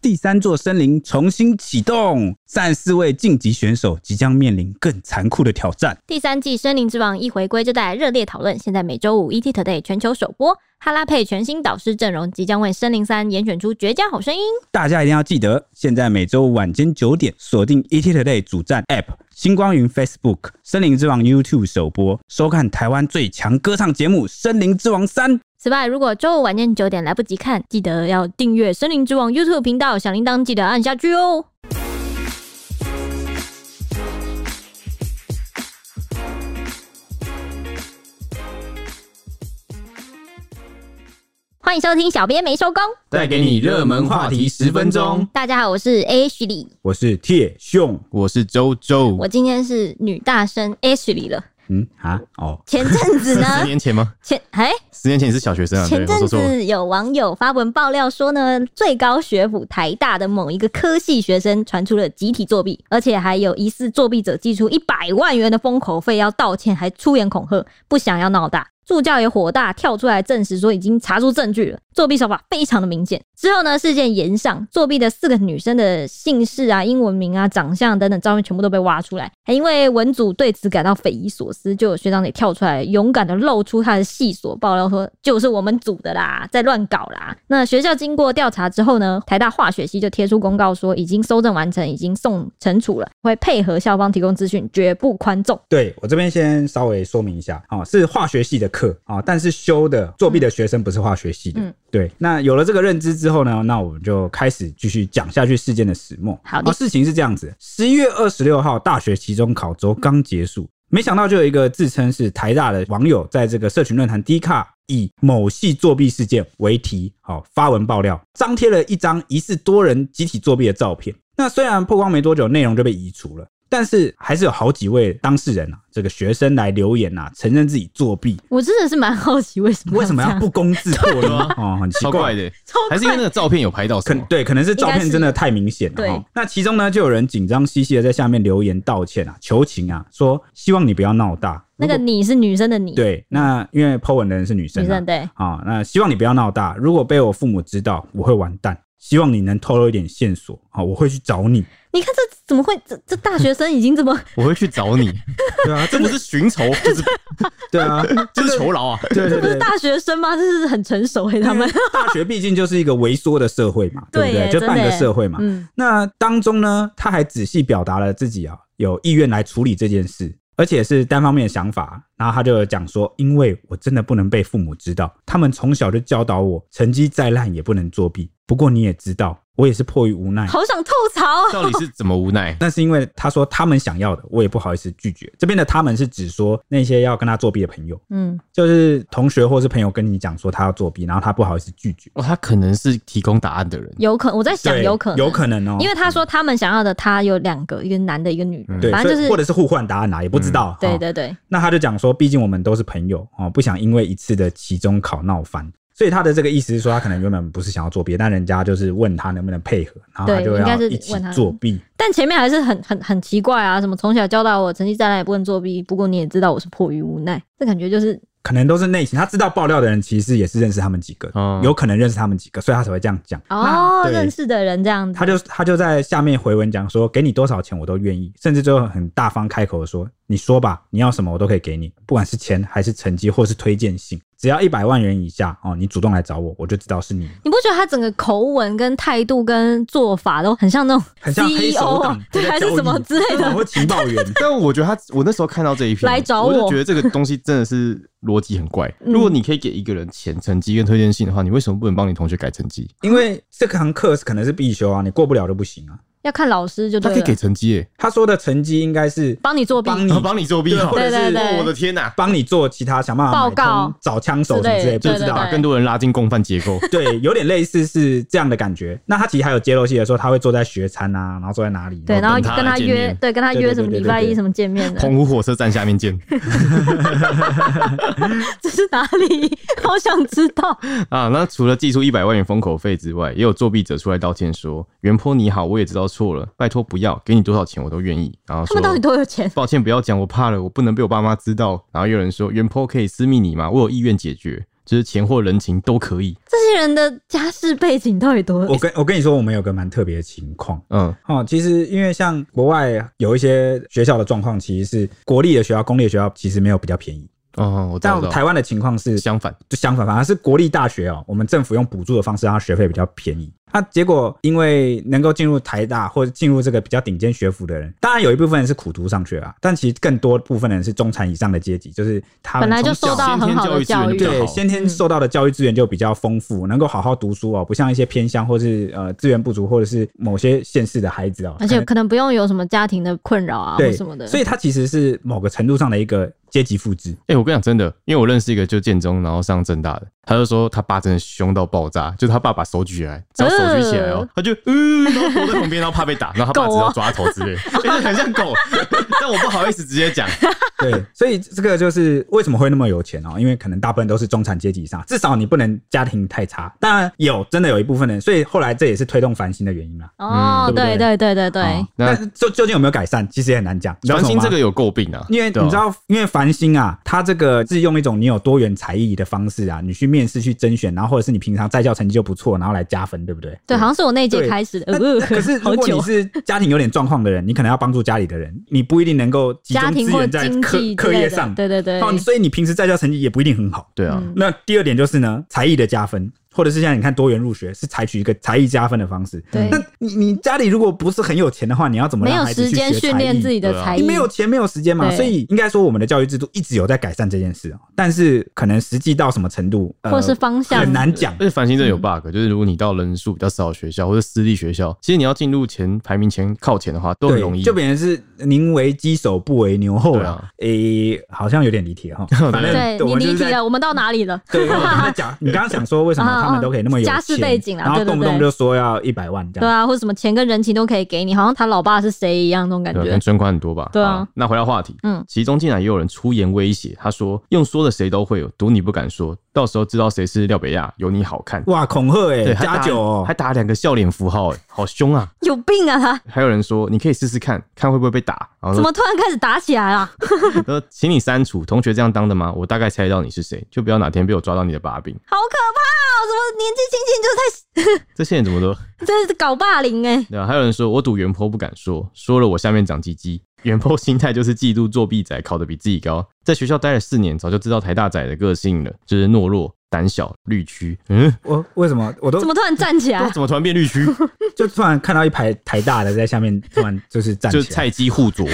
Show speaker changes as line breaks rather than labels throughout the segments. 第三座森林重新启动，三十四位晋级选手即将面临更残酷的挑战。
第三季《森林之王》一回归就带来热烈讨论，现在每周五 ET Today 全球首播。哈拉佩全新导师阵容即将为《森林三》严选出绝佳好声音。
大家一定要记得，现在每周晚间九点锁定 ET Today 主站 App、星光云 Facebook、森林之王 YouTube 首播，收看台湾最强歌唱节目《森林之王三》。
此外，如果周五晚间九点来不及看，记得要订阅《森林之王》YouTube 频道，小铃铛记得按下去哦。欢迎收听《小编没收工》，
带给你热门话题十分钟。
大家好，我是 H 李，
我是铁兄。
我是周周
我，今天是女大生 H 李了。
嗯啊哦，
前阵子
十
呢，
年前吗？
前哎，
十年前你是小学生啊？对，
前
我
阵
说错了。
子有网友发文爆料说呢，最高学府台大的某一个科系学生传出了集体作弊，而且还有疑似作弊者寄出一百万元的封口费要道歉，还出言恐吓，不想要闹大。助教也火大，跳出来证实说已经查出证据了，作弊手法非常的明显。之后呢，事件延上，作弊的四个女生的姓氏啊、英文名啊、长相等等照片全部都被挖出来，还因为文组对此感到匪夷所思，就有学长得跳出来，勇敢的露出他的细所，爆料说就是我们组的啦，在乱搞啦。那学校经过调查之后呢，台大化学系就贴出公告说，已经搜证完成，已经送惩处了，会配合校方提供资讯，绝不宽纵。
对我这边先稍微说明一下啊、哦，是化学系的课啊、哦，但是修的作弊的学生不是化学系的。
嗯
对，那有了这个认知之后呢，那我们就开始继续讲下去事件的始末。
好的
啊事情是这样子：十一月二十六号，大学期中考周刚结束，没想到就有一个自称是台大的网友，在这个社群论坛 D 卡。以某系作弊事件为题，好、发文爆料，张贴了一张疑似多人集体作弊的照片。那虽然曝光没多久，内容就被移除了，但是还是有好几位当事人啊，这个学生来留言啊，承认自己作弊，
我真的是蛮好奇，为什么
为什么
这
要
样啊
不攻自 破呢？哦，很奇
超怪的，还是因为那个照片有拍到什
可
么？
对，可能是照
应该
片
是
真的太明显了
对
哈。那其中呢，就有人紧张兮兮的在下面留言道歉啊，求情啊，说希望你不要闹大。
那
如
个
果
你是女生的你，嗯
对，那因为 Po 文的人是女生、
女
啊
生，对，
啊，那希望你不要闹大。如果被我父母知道，我会完蛋。希望你能透露一点线索啊，我会去找你。
你看这怎么会？这这大学生已经这么
我会去找你，
对啊，
这不是寻仇，就是
对 啊，
就是求饶啊！
对对
不是
对。
大学生吗？这是很成熟诶、他们
大学毕竟就是一个微缩的社会嘛，对不
对
对？
耶
就
真的
半个
耶
社会嘛。
嗯，
那当中呢，他还仔细表达了自己啊有意愿来处理这件事，而且是单方面的想法。然后他就讲说，因为我真的不能被父母知道，他们从小就教导我，成绩再烂也不能作弊。不过你也知道，我也是迫于无奈。
好想吐槽啊！
到底是怎么无奈？
那是因为他说他们想要的，我也不好意思拒绝。这边的他们是指说那些要跟他作弊的朋友，
嗯，
就是同学或是朋友跟你讲说他要作弊，然后他不好意思拒绝。
哦，他可能是提供答案的人，
有可我在想，
对
有可能，
有可能哦，
因为他说他们想要的他有两个，一个男的，一个女的，
嗯对，
反正
所
就
以
是
或者是互换答案啊，也不知道。
嗯对
哦
对对，
那他就讲说，毕竟我们都是朋友哦，不想因为一次的期中考闹翻。所以他的这个意思是说，他可能原本不是想要作弊，但人家就是问他能不能配合，然后他
对
就
应该
要
是
一起
问他
作弊。
但前面还是很很很奇怪啊！什么从小教导我成绩再烂也不能作弊，不过你也知道我是迫于无奈，这感觉就是
可能都是内情，他知道爆料的人其实也是认识他们几个，
嗯
有可能认识他们几个，所以他才会这样讲。
哦，
啊对
认识的人这样子，
他就他就在下面回文讲说，给你多少钱我都愿意，甚至最后很大方开口地说，你说吧，你要什么我都可以给你，不管是钱还是成绩或是推荐信，只要一百万元以下哦，你主动来找我，我就知道是你，
你不觉得他整个口吻跟态度跟做法都很像那种
很像黑
CEO
手
啊
党，
对，还
在交
是
易
什么之类的？
啊或情报员。
但我觉得他，我那时候看到这一篇，
来找我
我，就觉得这个东西真的是逻辑很怪。
嗯
如果你可以给一个人钱、成绩跟推荐信的话，你为什么不能帮你同学改成绩？
因为这堂课可能是必修啊，你过不了就不行啊。
要看老师就
他
对啊
可以给
了，
成绩耶，
他说的成绩应该是
帮你作弊。
帮你
然后帮你作弊哦
或者
对对对
是
哦我的天哪，
帮你做其他想办法买
报告
通找枪手什么之类，不
之类
知
的对对
道
对
把啊更多人拉进共犯结 构。
对，有点类似是这样的感觉。那他其实还有揭露细节说，他会坐在学餐啊，然后坐在哪里？
对，然后
等他
跟
来
他
见
约
面，
对，跟他约
对对
什么
对对
礼
对
拜一
对
什么见面的，
澎湖火车站下面 见
这是哪里？ 好想知道。
啊！那除了寄出一百万元封口费之外，也有作弊者出来道歉说：“袁坡你好，我也知道错了，拜托不要，给你多少钱我都愿意。”然后
他
说
们到底多有钱？
抱歉，不要讲，我怕了，我不能被我爸妈知道。然后有人说，袁坡可以私密你吗？我有意愿解决。就是钱或人情都可以。
这些人的家世背景到底多？
我跟我跟你说，我们有个蛮特别的情况
嗯，
哦。其实因为像国外有一些学校的状况，其实是国立的学校、公立的学校其实没有比较便宜，
哦，我知
但
道
我
我
们
知道，
台湾的情况是
相反，
就相反，反而是国立大学哦，我们政府用补助的方式让它学费比较便宜。那结果因为能够进入台大或者进入这个比较顶尖学府的人，当然有一部分人是苦读上学啊，但其实更多部分人是中产以上的阶级，就是他们
本来就
从小
受到很好的教育啊
先天教育资源
对
就比较好
先天受到的教育资源就比较丰富，能够好好读书哦，不像一些偏乡或是呃资源不足或者是某些县市的孩子哦，
而
可
且
能
可能不用有什么家庭的困扰啊，或
对
什么的。
所以它其实是某个程度上的一个阶级复制。
哎、我跟你讲真的，因为我认识一个就建中，然后上正大的，他就说他爸真的凶到爆炸，就是他爸把手举起来，只要手举起来哦，他就嗯，然后躲在旁边，然后怕被打，然后他爸
狗
只
哦
要抓头之类，哎、这很像狗， 但我不好意思直接讲，
对，所以这个就是为什么会那么有钱哦，因为可能大部分都是中产阶级以上，至少你不能家庭太差。当然有，真的有一部分人，所以后来这也是推动繁星的原因啦。
哦，
嗯对
对
不
对对对对，
哦
那
但是究究竟有没有改善，其实也很难讲。你知道
繁
什么
星
吗
这个有诟病啊，
因为
对啊
你知，道，因为繁星啊，它这个是用一种你有多元才艺的方式啊，你去面试去甄选，然后或者是你平常在校成绩就不错，然后来加分，对不对？
对，好像是我那一届
对
开始的。
那
呃
那可是，
好
如果
久
你是家庭有点状况的人，你可能要帮助家里的人，你不一定能够集
家
中
庭
资
或
源在
经
课
济之
课
类
业
的
上。
对对对，
哦，你所以你平时在校成绩也不一定很好。
对啊，
嗯
那第二点就是呢，才艺的加分，或者是像你看多元入学是采取一个才艺加分的方式。
对
那你你家里如果不是很有钱的话，你要怎么
没有
让孩子
时
去
间
学
训
才
练自
艺？
己的
对啊
才艺，
你没有钱，没有时间嘛，
对
所以应该说我们的教育制度一直有在改善这件事哦，但是可能实际到什么程度，呃、
或是方向
很难讲
而。且繁星真的有 bug，、就是如果你到人数比较少的学校或者私立学校，其实你要进入前排名前靠前的话，都很容易。
对，就变成是宁为鸡首不为牛后
对
了
啊。
诶、好像有点离题 哈。反
对
正
你
我们就
离
是
题
在
了，我们到哪里了？
对，我们在讲，你刚刚想说为什么他们都可以那么有钱，
嗯家世背景啦啊
然后
对对
动不动
对
就说要一百万这
对
样。
啊，或者什么钱跟人情都可以给你，好像他老爸是谁一样那种感
对啊，
觉
跟。存款很多吧？
对啊
好那回到话题，
嗯
嗯，其中竟然也有人出言威胁，他说用说的谁都会有，赌你不敢说，到时候知道谁是廖北亚，有你好看。
哇，恐吓哎、
对，还
加
打
九哦
还，打两个笑脸符号，哎，好凶啊！
有病啊他！
还有人说你可以试试看，看会不会被打。
哦
然后
怎
说
么突然开始打起 来啊了？
呃，请你删除同学这样当的吗？我大概猜到你是谁，就不要哪天被我抓到你的把柄。
好可怕、哦！怎么年纪轻
这些人怎么都
轻就在这是搞霸凌哎、
对啊，还有人说我赌袁坡不敢说，说了我下面长鸡鸡。袁坡心态就是嫉妒作弊仔考得比自己高，在学校待了四年，早就知道台大仔的个性了，就是懦弱、胆小、绿区。嗯，
我为什么我都
怎么突然站啊起
他
来？
怎么突然变绿区？
就突然看到一排台大的在 下面突然就是站
就
起
是
来，
菜鸡互啄。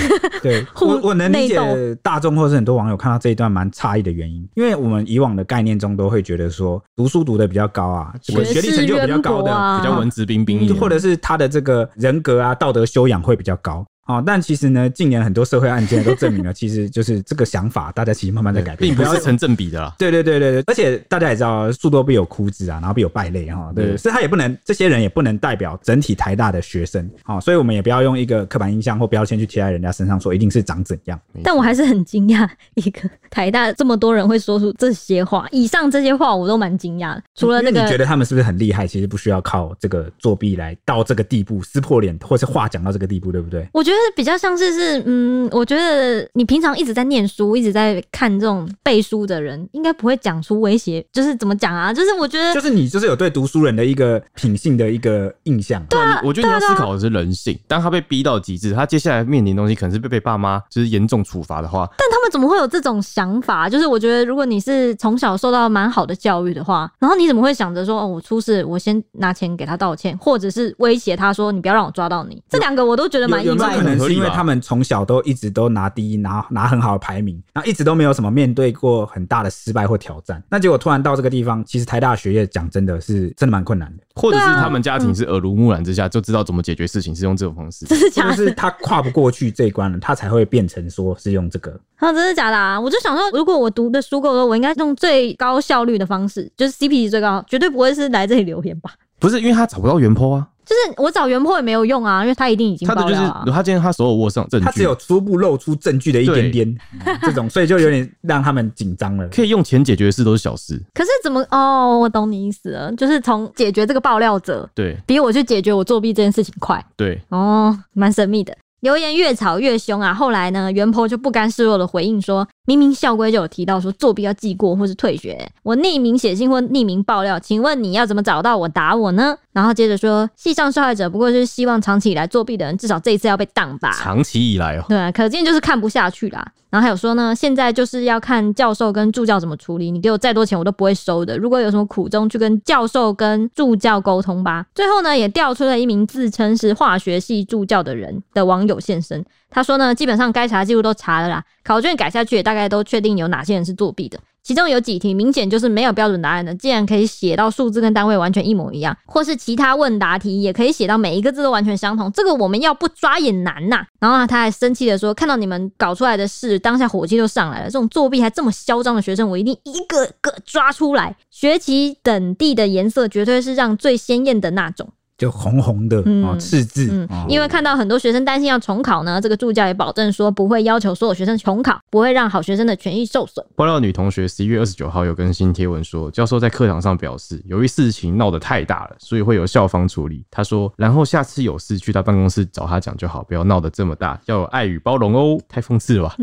对
互
我我能理
内斗
解大众或是很多网友看到这一段蛮诧异的原因，因为我们以往的概念中都会觉得说读书读的比较高啊，这个
学
学历成就比较高
识渊博
的，
啊
比较文质彬彬一点，
嗯或者是他的这个人格啊、道德修养会比较高。哦，但其实呢，近年很多社会案件都证明 了，其实就是这个想法，大家其实慢慢在改变，
并不
要
是成正比的啦。
对对对对对，而且大家也知道，树多必有枯枝啊，然后必有败类哈，对，
对
所以他也不能，这些人也不能代表整体台大的学生，好、所以我们也不要用一个刻板印象或标签去贴在人家身上，说一定是长怎样。
但我还是很惊讶，一个台大这么多人会说出这些话，以上这些话我都蛮惊讶的。除了
嗯
那
因为你觉
个，
得他们是不是很厉害？其实不需要靠这个作弊来到这个地步，撕破脸或是话讲到这个地步，对不对？
我觉得比较像是是，嗯，我觉得你平常一直在念书，一直在看这种背书的人，应该不会讲出威胁，就是怎么讲啊？就是我觉 得
就是你就是有对读书人的一个品性的一个印象啊、
对啊，你我觉得你要思考的是人性。当他被逼到极致，他接下来面临的东西可能是被被爸妈就是严重处罚的话，
但他们怎么会有这种想法？就是我觉得，如果你是从小受到蛮好的教育的话，然后你怎么会想着说，哦，我出事，我先拿钱给他道歉，或者是威胁他说，你不要让我抓到你？这两个我都觉得蛮意
有有没
外
有可
的。
能是因
很合
为
理吧
他们从小都一直都拿第一，拿拿很好的排名，然后一直都没有什么面对过很大的失败或挑战？那结果突然到这个地方，其实台大学业讲真的是真的蛮困 难的，
或者是
对啊
他们家庭是耳濡目染之下就知道怎么解决事情，是用这种方式。
真的假
就
的？
是他跨不过去这一关了，他才会变成说是用这个。
啊，真的假的啊？我就想说，如果我读的书够多，我应该用最高效率的方式，就是 CP 值最高，绝对不会是来这里留言吧？
不是因为他找不到原坡啊，
就是我找原 po 也没有用啊，因为他一定已经
他的
爆
就是
料了啊、
他今天他手有握上证据，
他只有初步露出证据的一点点，嗯这种，所以就有点让他们紧张 了。
可以用钱解决的事都是小事。
可是怎么？哦，我懂你意思了，就是从解决这个爆料者，
对
比我去解决我作弊这件事情快。
对，
哦，蛮神秘的。留言越吵越凶啊！后来呢，袁坡就不甘示弱的回应说：“明明校规就有提到说作弊要记过或是退学，我匿名写信或匿名爆料，请问你要怎么找到我打我呢？”然后接着说：“系上受害者不过就是希望长期以来作弊的人至少这一次要被当吧。”
长期以来哦，
对啊，可见就是看不下去啦。然后还有说呢，现在就是要看教授跟助教怎么处理。你给我再多钱，我都不会收的。如果有什么苦衷，去跟教授跟助教沟通吧。最后呢，也调出了一名自称是化学系助教的人的网友现身。他说呢，基本上该查的记录都查了啦，考卷改下去也大概都确定有哪些人是作弊的。其中有几题明显就是没有标准答案的，竟然可以写到数字跟单位完全一模一样，或是其他问答题也可以写到每一个字都完全相同，这个我们要不抓也难呐、然后啊他还生气的说，看到你们搞出来的事，当下火气就上来了，这种作弊还这么嚣张的学生，我一定一个个抓出来。学籍等地的颜色绝对是让最鲜艳的那种。
就红红的
嗯
哦，赤字
嗯
哦，
因为看到很多学生担心要重考呢，这个助教也保证说不会要求所有学生重考，不会让好学生的权益受损。
爆料女同学十一月二十九号有更新贴文说，教授在课堂上表示，由于事情闹得太大了，所以会由校方处理。他说，然后下次有事去他办公室找他讲就好，不要闹得这么大，要有爱与包容哦。太讽刺了吧？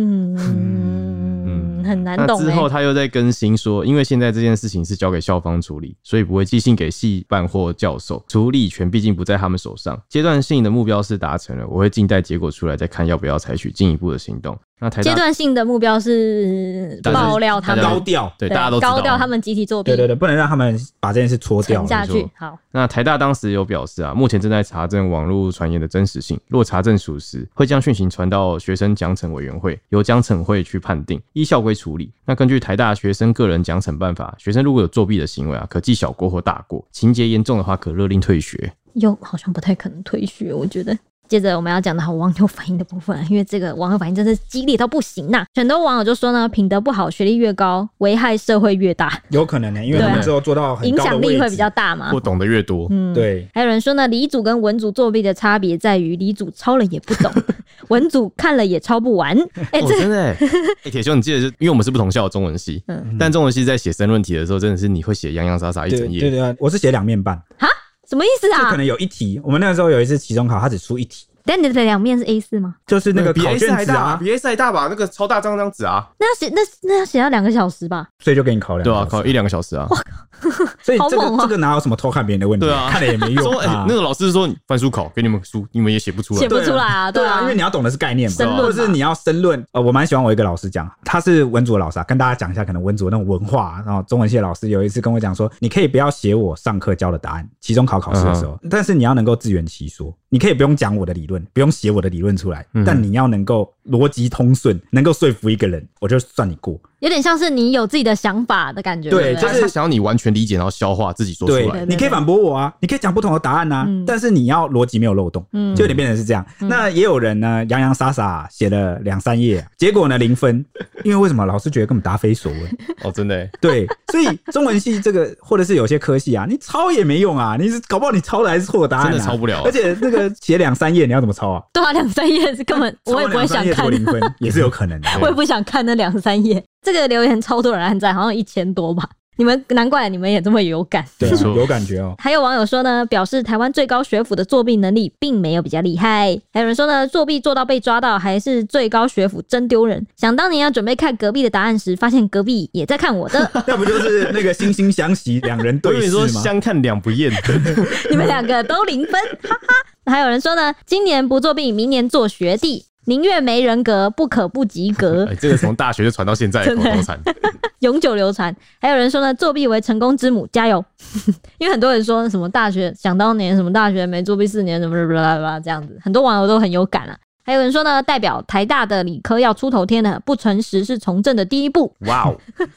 嗯，很难懂、
那
欸。
之后他又在更新说，因为现在这件事情是交给校方处理，所以不会寄信给系办或教授，处理权毕竟不在他们手上。阶段性的目标是达成了，我会静待结果出来再看要不要采取进一步的行动。那台
阶
大
段性的目标是
大家
爆料他们，
高调，
对大家都知道
高调他们集体作弊，
对对对，不能让他们把这件事搓掉
沉
了。
下
没
去
错。
好，
那台大当时有表示啊，目前正在查证网络传言的真实性，若查证属实，会将讯息传到学生奖惩委员会，由奖惩会去判定，依校规处理。那根据台大学生个人奖惩办法，学生如果有作弊的行为啊，可记小过或大过，情节严重的话，可勒令退 学。
又好像不太可能退学，我觉得。接着我们要讲到网友反应的部分，因为这个网友反应真的是激烈到不行呐、很多网友就说呢，品德不好，学历越高，危害社会越大，
有可能呢、因为
对啊
他们之后做到很
影
高的
响
位置
力会比较大嘛。
懂得越多，
嗯，。
对，
还有人说呢，李组跟文组作弊的差别在于，李组抄了也不 懂，文组看了也抄不完。哎、
哦，
这
真的欸。哎，铁兄，你记得是，因为我们是不同校的中文系，
嗯
但中文系在写申论题的时候，真的是你会写洋洋洒洒一
对
整
对
页。
对啊，我是写两面半，
什么意思
就
啊
可？能有一题。我们那时候有一次期中考，它只出一题，
但你的两面是 A 四吗？
就是那个考卷子啊，
A 赛大吧，那个超大张张纸啊，
那要写那那要写到两个小时吧？
所以就给你考两
对
个
啊，
小
考
时
一两个小时啊。
所以
好
这个
猛哦
这个哪有什么偷看别人的问题？
对啊
看了也没用
说、哎，
啊
那。个老师说你翻书考给你们书，你们也写不出
写
来。
不出来啊，
对
啊，
因为你要懂的是概念嘛，
申论
或者是
嘛
你要申论。呃，我蛮喜欢我一个老师讲，他是文组的老师啊，跟大家讲一下可能文组的那种文化啊。然后中文系的老师有一次跟我讲说，你可以不要写我上课教的答案，期中考考试的时候，但是你要能够自圆其说，你可以不用讲我的理论，不用写我的理论出来，
嗯
但你要能够逻辑通顺，能够说服一个人，我就算你过。
有点像是你有自己的想法的感觉，
对
不
就
他
是
是想要你完全理解，然后消化自己说出
对
来。
你可以反驳我啊，你可以讲不同的答案啊，
嗯
但是你要逻辑没有漏洞，
嗯
就有点变成是这样。那也有人呢洋洋洒洒写了两三 页，结果呢零分，因为为什么老师觉得根本答非所 问？
哦，真的欸，
对，所以中文系这个或者是有些科系啊，你抄也没用啊，你是搞不好你抄的还是错的答案、啊，
真的抄不了啊
而且那个写两三页你要怎么抄啊？
对啊，两三页是根本我也不会想
抄
看
完两三页得，零 分也是有可能的。
我也不想看那两三页。这个留言超多人按赞，好像一千多吧。你们难怪你们也这么有感。
对啊
没错
有感觉哦。
还有网友说呢，表示台湾最高学府的作弊能力并没有比较厉害。还有人说呢，作弊做到被抓到还是最高学府，真丢人。想当年要准备看隔壁的答案时，发现隔壁也在看 我的。
要不就是那个惺惺相惜，两人
我
对
以为你
视
说
吗？
相看两不厌，
你们两个都零分，哈哈。还有人说呢，今年不作弊，明年做学弟，宁愿没人格，不可不及格
哎，，这个从大学就传到现在，
真
口
的
头 禅。
永久流传。还有人说呢，作弊为成功之母，加油！ 因为很多人说什么大学想当年什么大学没作弊四年什么什么啦啦这样子，很多网友都很有感啊。还有人说呢，代表台大的理科要出头天了，不诚实是从政的第一步，
哇哦，
嗯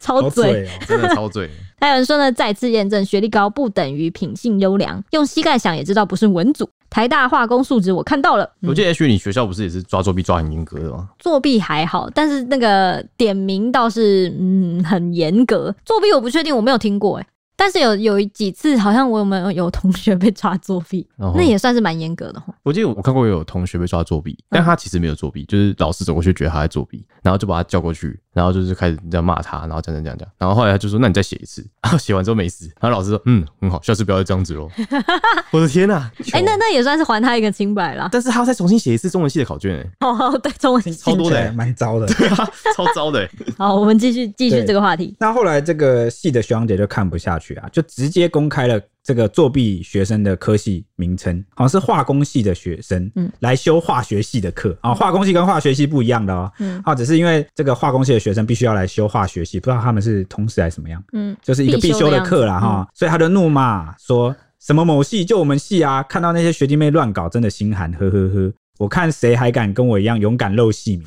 超
好
嘴。
嘴 哦。
真的超醉。
还有人说呢，再次验证学历高不等于品性优良，用膝盖想也知道不是文组。台大化工素质我看到了，嗯
嗯
我记得也许你学校不是也是抓作弊抓很严格的吗？
作弊还好，但是那个点名倒是嗯很严格。作弊我不确定，我没有听过哎、但是有有几次好像我有没有有同学被抓作弊，
哦
那也算是蛮严格的吼
我记得我看
嗯
过有同学被抓作弊，但他其实没有作弊，就是老师走过去觉得他在作弊，然后就把他叫过去，然后就是开始这样骂他，然后这样这样这样，然后后来他就说那你再写一次， 然后写完之后没事，然后老师说嗯很好，下次不要再这 样子喽。我的天呐、
哎、那那也算是还他一个清白啦。
但是他要再重新写一次中文系的考卷、欸，
哦，对，中文系。
超
听
多的
起来蛮糟的。
对啊，超糟的、欸。
好，我们继续继续
对
这个话题。
那后来这个系的学长姐就看不下去啊，就直接公开了这个作弊学生的科系名称，好像是化工系的学生，
嗯
来修化学系的课啊、化工系跟化学系不一样的哦，
嗯
啊，只是因为这个化工系的学生必须要来修化学系，不知道他们是同时还是怎么样，
嗯，
就是一个必修的课啦
必修的样嗯
哈、所以他就怒骂说什么某系就我们系啊，看到那些学弟妹乱搞，真的心寒，呵呵呵。我看谁还敢跟我一样勇敢露戏名？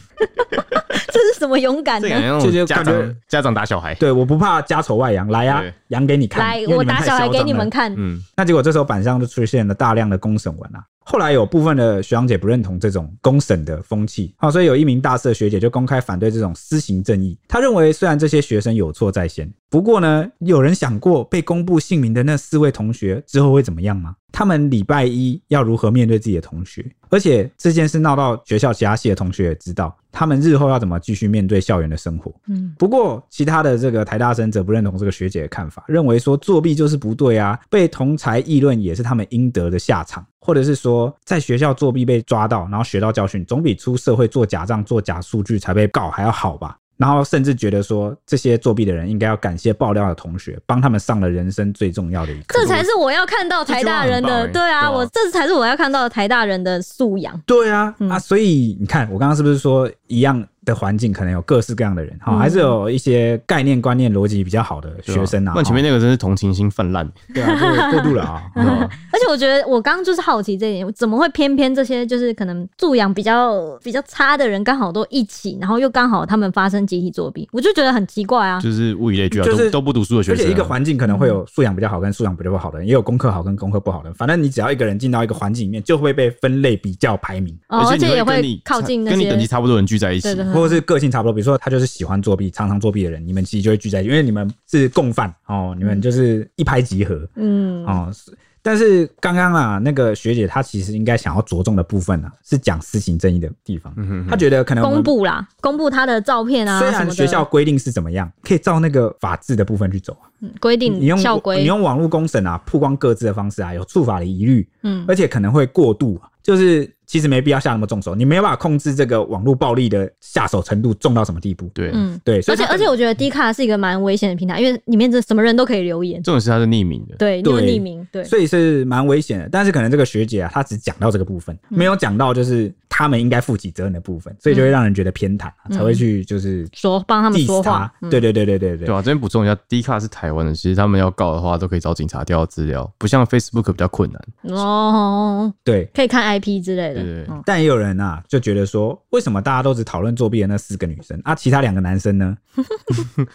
这是什么勇敢
这
呢？
感觉那
就
种
就
家
感觉
长家长打小孩，
对，我不怕家丑外扬，来呀、
对
扬给你看。
来
因，为
我
你们
打
太
小孩
嚣
给
张
你
了
们看。
嗯，
那结果这时候板上就出现了大量的公审文啊。后来有部分的学长姐不认同这种公审的风气，好、所以有一名大四的学姐就公开反对这种私刑正义。她认为，虽然这些学生有错在先，不过呢，有人想过被公布姓名的那四位同学之后会怎么样吗？他们礼拜一要如何面对自己的同学？而且这件事闹到学校其他系的同学也知道，他们日后要怎么继续面对校园的生活？
嗯，
不过，其他的这个台大生则不认同这个学姐的看法，认为说作弊就是不对啊，被同才议论也是他们应得的下场，或者是说在学校作弊被抓到，然后学到教训，总比出社会做假账、做假数据才被告还要好吧。然后甚至觉得说，这些作弊的人应该要感谢爆料的同学，帮他们上了人生最重要的一课。
这才是我要看到台大人的，
这句话很
对
棒欸对
啊，
啊
我这才是我要看到的台大人的素养。
对啊，
嗯
啊，所以你看，我刚刚是不是说一样的环境，可能有各式各样的人，哈、
嗯
还是有一些概念、观念、逻辑比较好的学生啊。
嗯那前面
哈
那个真是同情心泛
哦
滥，
对啊，就是过度了啊、
你 知道吗？
而且我觉得我刚刚就是好奇这一点，怎么会偏偏这些就是可能素养比较比较差的人刚好都一起，然后又刚好他们发生集体作弊，我就觉得很奇怪啊。
就是物以类聚啊，
就是
都都不读书的学
而
生啊、
且一个环境可能会有素养比较好跟素养比较不好的人，也有功课好跟功课不好的人。反正你只要一个人进到一个环境里面，就会被分类比较排名，
哦，而
你
且也
跟
会
你
靠近那
跟你等级
些，
差不多的人聚在一起
对，对对，
或者是个性差不多。比如说他就是喜欢作弊、常常作弊的人，你们其实就会聚在一起，因为你们是共犯哦，你
嗯
们就是一拍即合
嗯，
哦。是但是刚刚啊，那个学姐她其实应该想要着重的部分啊，是讲私刑正义的地方。
嗯哼
她觉得可能我们
公布啦，公布他的照片啊，
虽
什
然
么
学校
的
规定是怎么样，可以照那个法治的部分去走啊。
嗯规
你
定
用
校
你
规，
用网络公审啊，曝光各自的方式啊，有触法的疑虑，
嗯，
而且可能会过度啊，就是其实没必要下那么重手，你没有办法控制这个网络暴力的下手程度重到什么地步。
对，
嗯，
对，所
而
以
且
他
而且我觉得 D 卡是一个蛮危险的平台，因为里面这什么人都可以留言，
这种事他是匿名的，
对，你有
对
匿名，对，
所以是蛮危险的，但是可能这个学姐啊，她只讲到这个部分，
嗯
没有讲到就是他们应该负起责任的部分，所以就会让人觉得偏袒啊，才会去就是
嗯说帮他们
diss
说话，
她
嗯
对对对对对
对啊，这边补充一下，D 卡是台湾的，其实他们要告的话都可以找警察调资料，不像 Facebook 比较困难。
哦，
对。
可以看 IP 之类的，
对对对
嗯
但也有人啊，就觉得说，为什么大家都只讨论作弊的那四个女生啊，其他两个男生呢？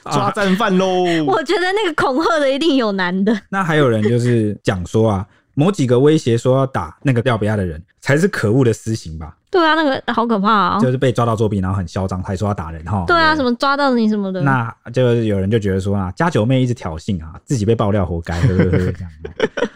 啊抓战犯喽！
我觉得那个恐吓的一定有男的，
那还有人就是讲说啊，某几个威胁说要打那个廖比亚的人，才是可恶的私刑吧？
对啊，那个好可怕啊、
就是被抓到作弊，然后很嚣张，还说要打人哈。
对啊，什么抓到你什么的，
那就是有人就觉得说啊，家九妹一直挑衅啊，自己被爆料活该，呵呵呵这样。啊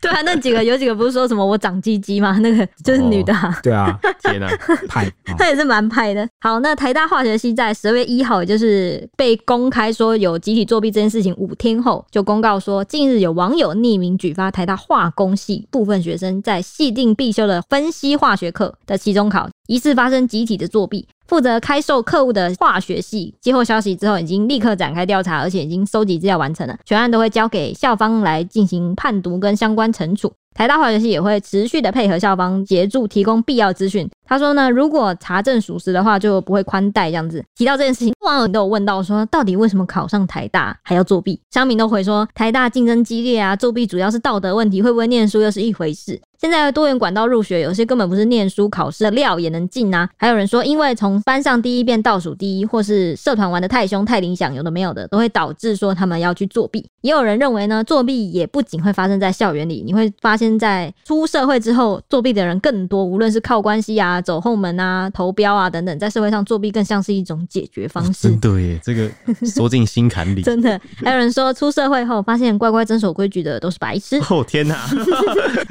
对啊，那几个有几个不是说什么我长鸡鸡吗？那个
哦
就是女的、啊。
对啊，
天哪、
派啊，
她也是蛮派的。好，那台大化学系在十二月一号，也就是被公开说有集体作弊这件事情五天后，就公告说，近日有网友匿名举发台大化工系部分学生在系定必修的分析化学课的期中考，疑似发生集体的作弊。负责开售客户的化学系接获消息之后，已经立刻展开调查，而且已经搜集资料完成了，全案都会交给校方来进行判读跟相关惩处。台大化学系也会持续的配合校方协助提供必要资讯。他说呢，如果查证属实的话，就不会宽待这样子。提到这件事情，网友都有问到说，到底为什么考上台大还要作弊？乡民都回说，台大竞争激烈啊，作弊主要是道德问题，会不会念书又是一回事。现在多元管道入学，有些根本不是念书考试的料也能进啊。还有人说，因为从班上第一变倒数第一，或是社团玩的太凶太理想，有的没有的，都会导致说他们要去作弊。也有人认为呢，作弊也不仅会发生在校园里，你会发现。现在出社会之后，作弊的人更多，无论是靠关系啊、走后门啊、投标啊等等，在社会上作弊更像是一种解决方式
真。的耶，这个说进心坎里。
真的，还有人说出社会后发现乖乖遵守规矩的都是白痴，
哦 天哪，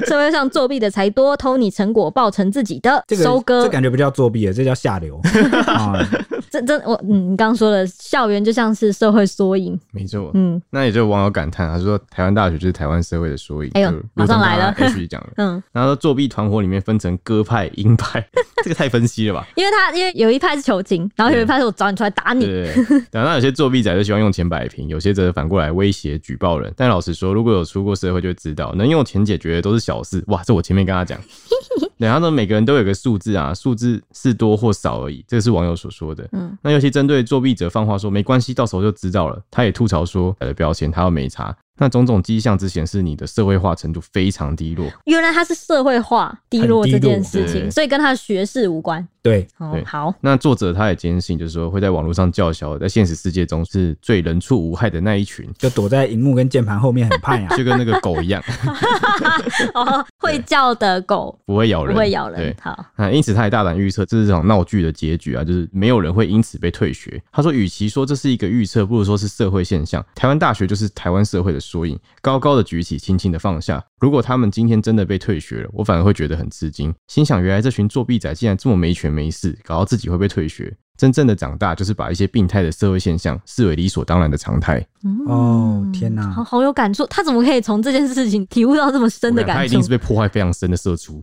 社会上作弊的才多，偷你成果报成自己的，
这个
收割
这感觉不叫作弊了，这叫下 流啊！
这这我嗯，你刚刚说了，校园就像是社会缩影，
没错。
嗯
那也就有网友感叹啊，他说台湾大学就是台湾社会的缩影。
哎呦
就如
马上
同
来了
刚刚 H 讲了，
嗯，
然后说作弊团伙里面分成鸽派、鹰派， 这个太分析了吧？
因为他因为有一派是求情，然后有一派是我找你出来打你，
对，然后那有些作弊仔就喜欢用钱摆平，有些则反过来威胁举报人。但老实说，如果有出过社会，就会知道能用钱解决的都是小事。哇，这我前面跟他讲。然后呢，每个人都有个数字啊，数字是多或少而已，这个是网友所说的。
嗯
嗯，那尤其针对作弊者放话说没关系，到时候就知道了。他也吐槽说，改了标签，他又没查。那种种迹象只显示你的社会化程度非常低落。
原来他是社会化低落
很低
这
落
件事情，
对
所以跟他的学士无关。
对，
哦
对，
好，
那作者他也坚信，就是说会在网络上叫嚣，在现实世界中是最人畜无害的那一群，
就躲在荧幕跟键盘后面很啊怕呀、
就跟那个狗一样。
哦，会叫的狗
不会咬
不
人，
会咬人
对，，
好，
哦
啊，因此他也大胆预测这是这场闹剧的结局啊，就是没有人会因此被退学。他说，与其说这是一个预测，不如说是社会现象。台湾大学就是台湾社会的缩影，高高的举起，轻轻的放下。如果他们今天真的被退学了，我反而会觉得很吃惊，心想原来这群作弊仔竟然这么没权没势，搞到自己会被退学。真正的长大，就是把一些病态的社会现象视为理所当然的常态。
嗯
哦天哪
好好有感触，他怎么可以从这件事情体悟到这么深的
我想啊他
感
一
触
定是？被破坏非常深的社畜。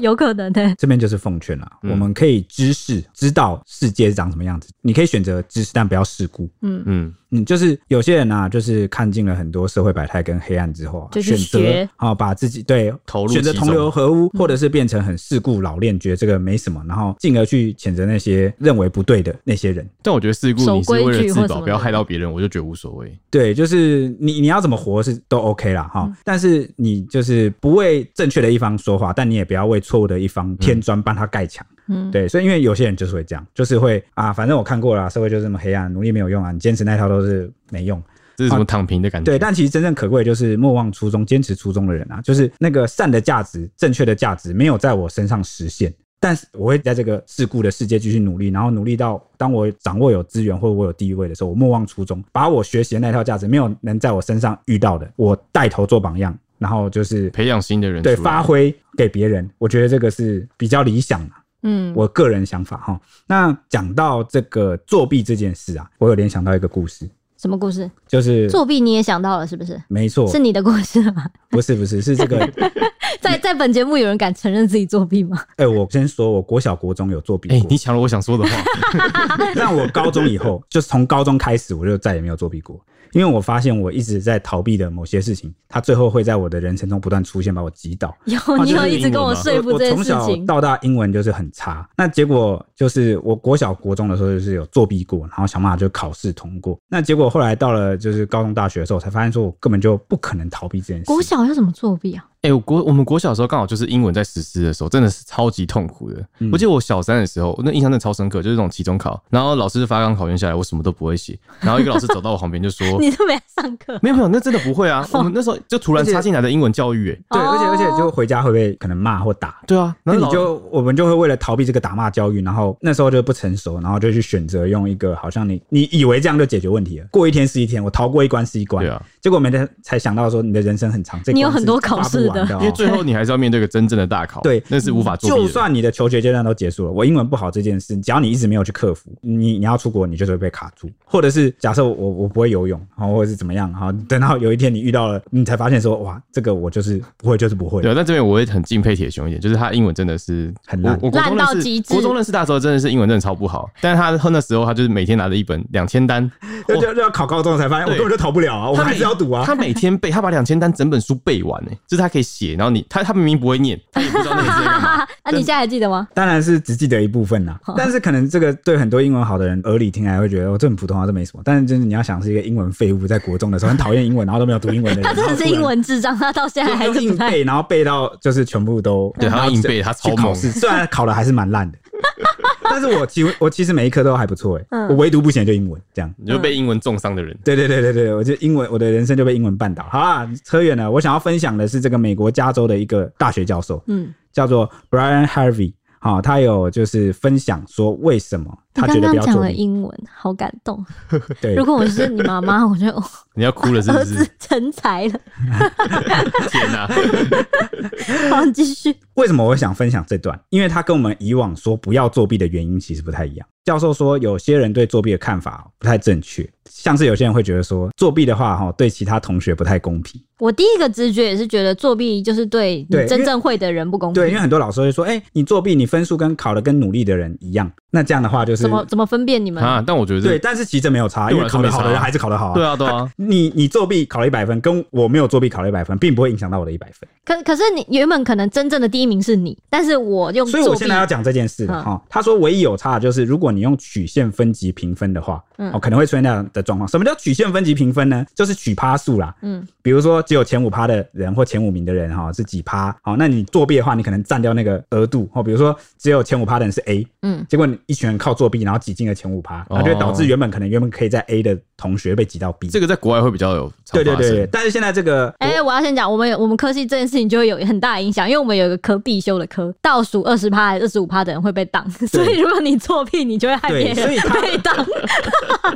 有可能的，
这边就是奉劝啦，
嗯
我们可以知识知道世界是长什么样子，你可以选择知识，但不要世故。
嗯，
嗯，
嗯，就是有些人啊，就是看尽了很多社会百态跟黑暗之后啊，
就去
选择
学嗯
啊、把自己对
投入
选择
其
同
中
流合污，或者是变成很世故老练，觉得这个没什么，然后进而去谴责那些认为不对的那些人。
但我觉得事故
守
你是
规
为了
矩或
自
什
保，
么
不要
的
害到别人，我就觉得无所谓。
对，就是你你要怎么活是都 OK 啦
嗯
哈，但是你就是不为正确的一方说话，但你也不要为错误的一
嗯
方添砖帮他盖墙。
嗯
对，所以因为有些人就是会这样，就是会啊，反正我看过了啊，社会就是这么黑暗，努力没有用啊，你坚持那套都是没用。
这是什么躺平的感
啊
觉？
对，但其实真正可贵的就是莫忘初衷、坚持初衷的人啊，就是那个善的价值、正确的价值没有在我身上实现，但是我会在这个世故的世界继续努力，然后努力到当我掌握有资源或者我有地位的时候，我莫忘初衷，把我学习的那套价值没有能在我身上遇到的，我带头做榜样，然后就是
培养新的人
对
出来
发挥给别人，我觉得这个是比较理想的。
嗯，
我个人想法哈，那讲到这个作弊这件事啊，我有联想到一个故事，
什么故事？
就是
作弊你也想到了是不是？
没错，
是你的故事吗？
不是不是是这个
在在本节目有人敢承认自己作弊吗？
哎、我先说，我国小、国中有作弊
哎、
过，
你抢了我想说的话，
但我高中以后，就是从高中开始，我就再也没有作弊过，因为我发现我一直在逃避的某些事情，它最后会在我的人生中不断出现，把我击倒。 哦
有
就，
哦你有
是
一直跟我
英文吗
说服
我
这件
从
事
小
情。
到大英文就是很差，那结果就是我国小国中的时候就是有作弊过，然后想办法就考试通过。那结果后来到了就是高中大学的时候，我才发现说我根本就不可能逃避这件事。
国小要怎么作弊啊？
哎、我国我们国小的时候刚好就是英文在实施的时候，真的是超级痛苦的。
嗯
我记得我小三的时候，那印象真的超深刻，就是那种期中考，然后老师发纲考卷下来，我什么都不会写，然后一个老师走到我旁边 就说
你都没上课：“
没有没有，那真的不会啊，我们那时候就突然插进来的英文教育、哎，
对，而且而且就
哦
回家会被可能骂或打，
对啊，
那
然后
你
老
就我们就会为了逃避这个打骂教育，然后那时候就不成熟，然后就去选择用一个好像你你以为这样就解决问题了，过一天是一天，我逃过一关是一关，
对啊，
结果没天才想到说你的人生很长，这
你有
关是
很多考试
发不完的
的
哦、
因为最后你还是要面对一个真正的大考，
对
那是无法作弊的。
就算你的求学阶段都结束了，我英文不好这件事，只要你一直没有去克服，你你要出国，你就是会被卡住。或者是假设我我我不会游泳，然后或者是怎么样，然后等到有一天你遇到了，你才发现说哇，这个我就是不会，就是不会。
对啊，但这边我也很敬佩铁熊一点，就是他英文真的是
很烂
我我国
烂
中
到
认识
极致
国中认识他的时候真的是英文真的超不好，但是他那时候他就是每天拿着一本两千单，
就就就要考高中才发现我
对
根本就逃不了啊，我
他
还
每
是要读啊。
他每天背，他把两千单整本书背完呢、欸就是他可以写，然后你他他明明不会念，他也不知道那个字在 干嘛。
啊，你现在还记得吗？
当然是只记得一部分 啦，
哦
但是可能这个对很多英文好的人耳里听来会觉得哦，这很普通啊，这没什么。但是就是你要想是一个英文废物，在国中的时候很讨厌英文，然后都没有读英文的人，
他真的
然后
是
突然
英文智障，他到现在还
就是硬
不太。
背，然后背到就是全部都
对，
然
他
后
要硬背，他超
去
猛
考。试，虽然考的还是蛮烂的。但是我其我其实每一科都还不错哎、
嗯
我唯独不行就英文这样。
你就被英文重伤的人。
对对对对对，我就英文，我的人生就被英文绊倒。好啦，扯远了。我想要分享的是这个美国加州的一个大学教授，
嗯，
叫做 Brian Harvey。好、他有就是分享说为什么
你
他觉
刚
得不
刚
要
讲
作
了
弊。
英文，好感动。
对
如，果我是你妈妈， 我就哦
你要哭了是
儿
不
子
是？
成才了。
天 哪、
好，继续。
为什么我想分享这段？因为它跟我们以往说不要作弊的原因其实不太一样。教授说，有些人对作弊的看法不太正确，像是有些人会觉得说，作弊的话哈，对其他同学不太公平。
我第一个直觉也是觉得作弊就是对
对
你真正会的人不公平。
对，因为很多老师会说，哎、你作弊，你分数跟考的跟努力的人一样，那这样的话就是
怎么怎么分辨你们？
啊！但我觉得
对，但是其实这没有差，因
对我
为
来
考
说
得
没
好的
差
人
啊
还是考得好啊。
对啊，对啊，
你你作弊考了一百分，跟我没有作弊考了一百分，并不会影响到我的一百分。
可可是你原本可能真正的第一名是你，但是我用
所以我
作弊
现在要讲这件事了
嗯
哈、他说唯一有差的就是，如果你用曲线分级评分的话，
嗯
哦，可能会出现那样的状况。什么叫曲线分级评分呢？就是取趴数啦。
嗯，
比如说只有前五趴的人或前五名的人哈、是几趴，好、那你作弊的话，你可能占掉那个额度哦。比如说只有前五趴的人是 A，
嗯，
结果你一群人靠作弊，然后挤进了前五趴，然后就会导致原本可能原本可以在 A 的同学被挤到 B。
哦这个在国外会比较有常
对对
发
对
生
对，但是现在这个
哎、我要先讲，我们有我们科系这件事情就会有很大的影响，因为我们有一个科必修的科，倒数二十趴还是二十五趴的人会被当， 所以如果你作弊，你就会害别
对所以
人
他
被当。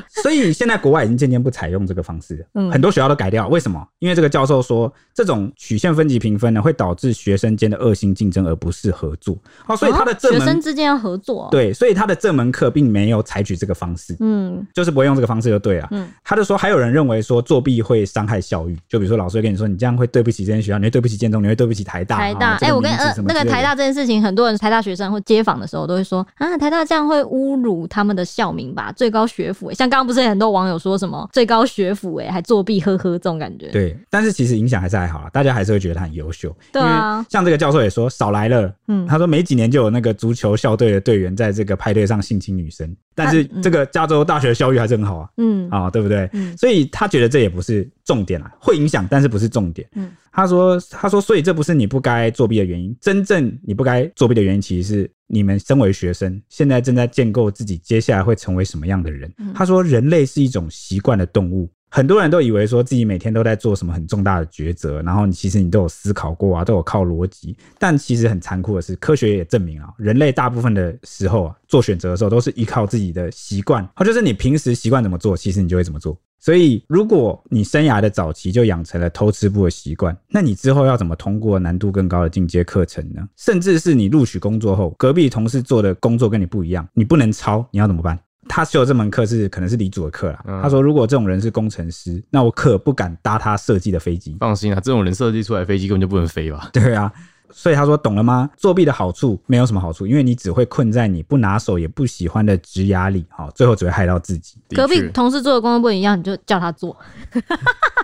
所以现在国外已经渐渐不采用这个方式了，
嗯
很多学校都改掉。为什么？因为这个教授说，这种曲线分级评分呢，会导致学生间的恶性竞争，而不是合作。哦，所以他的
哦
这
学
门、
生之间要合作、哦，，
对，所以他的这门课并没有采取这个方式，
嗯，
就是不会用这个方式就对了。
嗯
他就说，还有人认为说作弊会伤害校誉，就比如说老师会跟你说，你这样会对不起这间学校，你会对不起建中，你会对不起台大。
台大，
哎、这
哎、
个
我跟
名字
呃
什么
那个
之类的
台大这件事情，很多人台大学生或街访的时候都会说啊，台大这样会侮辱他们的校名吧，最高学府、哎像刚刚不是很多网友说什么最高学府、哎，还作弊，呵呵，这种感觉。
对，但是其实影响还是还好啦，大家还是会觉得他很优秀。
对啊
因为像这个教授也说，少来了。
嗯
他说没几年就有那个足球校队的队员在这个派对上性侵女生，但是这个加州大学校誉还是很好啊，
嗯，
啊、对不对？
嗯
所以他觉得这也不是重点啊，会影响，但是不是重点。
嗯
他说，他说，所以这不是你不该作弊的原因，真正你不该作弊的原因，其实是你们身为学生，现在正在建构自己接下来会成为什么样的人。
嗯
他说，人类是一种习惯的动物。很多人都以为说自己每天都在做什么很重大的抉择，然后你其实你都有思考过啊，都有靠逻辑。但其实很残酷的是，科学也证明啊，人类大部分的时候啊，做选择的时候都是依靠自己的习惯，它就是你平时习惯怎么做，其实你就会怎么做。所以，如果你生涯的早期就养成了偷吃步的习惯，那你之后要怎么通过难度更高的进阶课程呢？甚至是你录取工作后，隔壁同事做的工作跟你不一样，你不能抄，你要怎么办？他修这门课是可能是李主的课啦。
嗯
他说，如果这种人是工程师，那我可不敢搭他设计的飞机。
放心啊，这种人设计出来的飞机根本就不能飞吧？
对啊，所以他说懂了吗？作弊的好处没有什么好处，因为你只会困在你不拿手也不喜欢的职涯里，好、最后只会害到自己。
隔壁
的
同事做的工作不一样，你就叫他做，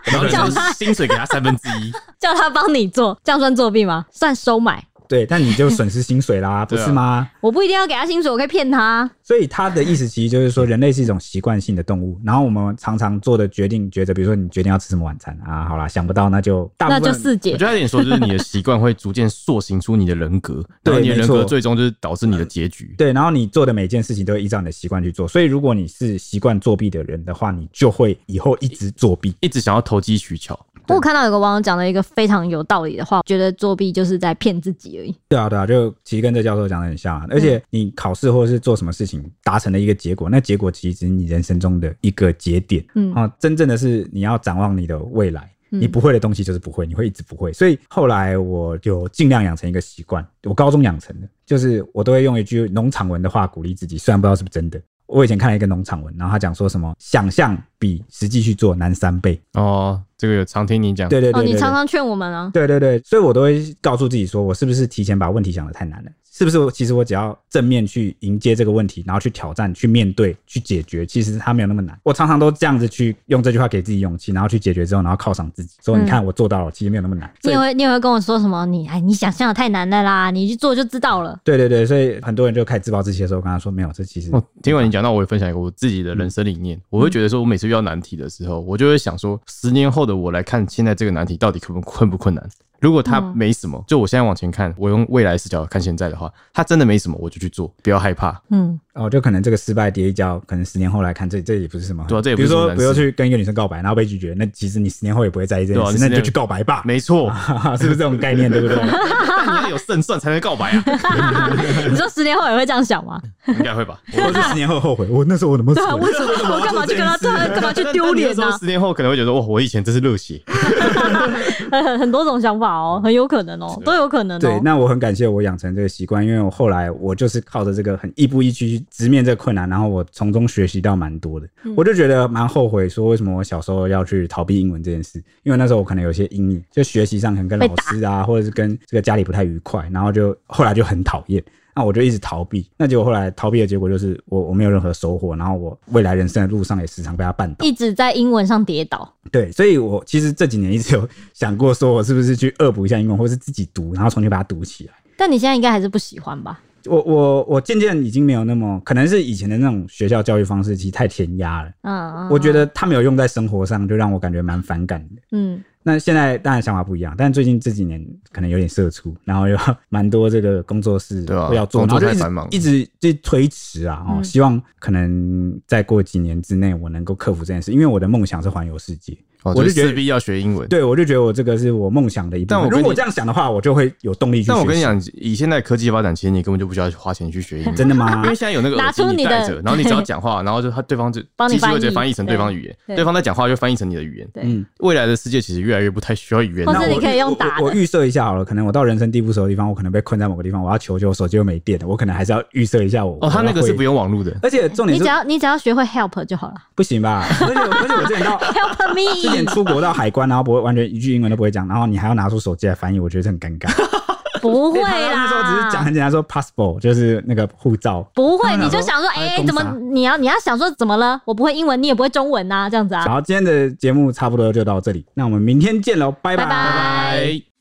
确然后你说薪水给他三分之一，
叫他帮你做，这样算作弊吗？算收买。
对，但你就损失薪水啦，不
对啊
是吗？
我不一定要给他薪水，我可以骗他。
所以他的意思其实就是说，人类是一种习惯性的动物。然后我们常常做的决定，觉得比如说你决定要吃什么晚餐啊，好啦，想不到那就大部
那
分
就四姐
我觉，得他有点说，就是你的习惯会逐渐塑形出你的人格，然后
对
你的
没
人格
错嗯
最终就是导致你的结局。
对。然后你做的每件事情都会依照你的习惯去做。所以如果你是习惯作弊的人的话，你就会以后一直作弊。
一直想要投机取巧，
我有看到有个网友讲了一个非常有道理的话，觉得作弊就是在骗自己而已。
对啊，对啊，就其实跟这教授讲的很像
嗯
啊。而且你考试或者是做什么事情达成的一个结果，那结果其实只是你人生中的一个节点。
嗯
啊，真正的是你要展望你的未来。
嗯
你不会的东西就是不会，你会一直不会。所以后来我就尽量养成一个习惯，我高中养成的，就是我都会用一句农场文的话鼓励自己，虽然不知道是不是真的。我以前看了一个农场文，然后他讲说什么想象比实际去做难三倍。
哦，这个有常听你讲，
对对对
哦，
对
你
对
常常劝我们 啊，
对对对，所以我都会告诉自己说，我是不是提前把问题想得太难了？是不是我其实我只要正面去迎接这个问题，然后去挑战、去面对、去解决，其实它没有那么难。我常常都这样子去用这句话给自己勇气，然后去解决之后，然后犒赏自己，
嗯
说你看我做到了，其实没有那么难。
你
所以
也会你也会跟我说什么？你哎，你想象的太难了啦，你去做就知道了。
对对对，所以很多人就开始自暴自弃的时候，我跟他说没有，这其实
哦，听完你讲，那我也分享一个我自己的人生理念。
嗯
我会觉得说，我每次遇到难题的时候，我就会想说，十年后的我来看现在这个难题到底困不困不困难。如果他
嗯
没什么，就我现在往前看，我用未来视角看现在的话，他真的没什么，我就去做，不要害怕。
嗯，
哦，就可能这个失败跌一跤，可能十年后来看，这这也不是什么很。
对啊这也不
比
是
如
什么
说，
难
不要
事
去跟一个女生告白，然后被拒绝，那其实你十年后也不会在意这件
对
事，
啊你
那
十
你
年
就去告白吧，
没错，
是不是这种概念？对不对？
但你要有胜算才能告白啊，
你说十年后也会这样想吗？
应该会吧？
或者是十年后后悔，我那时候我怎么
对啊，为什
为什
么
么
我干嘛去跟他？
我要做这
对
件事
啊，干嘛去
但
丢脸啊
但你那时
呢
候？十年后可能会觉得，哇，哦我以前真是热血，
很很多种想法哦，很有可能哦，都有可能
嗯对
哦，。
那我很感谢我养成这个习惯，因为我后来我就是靠着这个很亦步亦趋去直面这个困难，然后我从中学习到蛮多的。
嗯
我就觉得蛮后悔，说为什么我小时候要去逃避英文这件事，因为那时候我可能有些阴影，就学习上可能跟
被
老师啊，或者是跟这个家里不太愉快，然后就后来就很讨厌。那我就一直逃避，那结果后来逃避的结果就是我我没有任何收获，然后我未来人生的路上也时常被他绊倒。
一直在英文上跌倒，
对，所以我其实这几年一直有 想过，说我是不是去恶补一下英文，或是自己读，然后重新把它读起来。
但你现在应该还是不喜欢吧？
我我我渐渐已经没有那么，可能是以前的那种学校教育方式其实太填鸭了，
嗯，嗯
我觉，得它没有用在生活上，就让我感觉蛮反感的。
嗯
那现在当然想法不一样，但最近这几年可能有点社畜，然后有 蛮多这个工作室
对啊
要做，
工
然
作
后就
太
一直
繁忙
一直就推迟啊。哦，
嗯
希望可能再过几年之内我能够克服这件事，因为我的梦想是环游世界。
哦
我就
就
觉得
势必要学英文。
对，我就觉得我这个是我梦想的一部分。
但我跟
如果
你
这样想的话，我就会有动力去学习。
但我跟你讲，以现在科技发展，其实你根本就不需要花钱去学英文，
真的吗
啊
因为现在有那个
拿
耳机
出你
你
的
戴着，然后你只要讲话，然后就他对方就
帮你
机器会
翻译
直接翻译成对方的语言，
对
对方在讲话就翻译成你的语言。
对
嗯
未来的世界其实越来越不太需要语言
或
了，
是
那
你
我
可以
预
用
我
打的
我预设一下好了，可能我到人生地不熟的地方，我可能被困在某个地方，我要求救，我手机又没电了，我可能还是要预设一下我。
哦，他那个是不
用，
用网络的，
而且重
你
点
只
是
要你只要学会 help 就好了
不行吧？而且而且我之前到。
，help
之前
me，
出国到海关，然后不会完全一句英文都不会讲，然后你还要拿出手机来翻译，我觉得很尴尬。
不 会
因为他那时候只是讲
啦
很。简单，说 passport 就是那个护照，
不会，
他们
你就
想
想说，
哎
哎、
公
怎么
啥
你要你要想说怎么了？我不会英文，你也不会中文呐、这样子啊
然。后今天的节目差不多就到这里，那我们明天见喽，拜
拜拜
拜。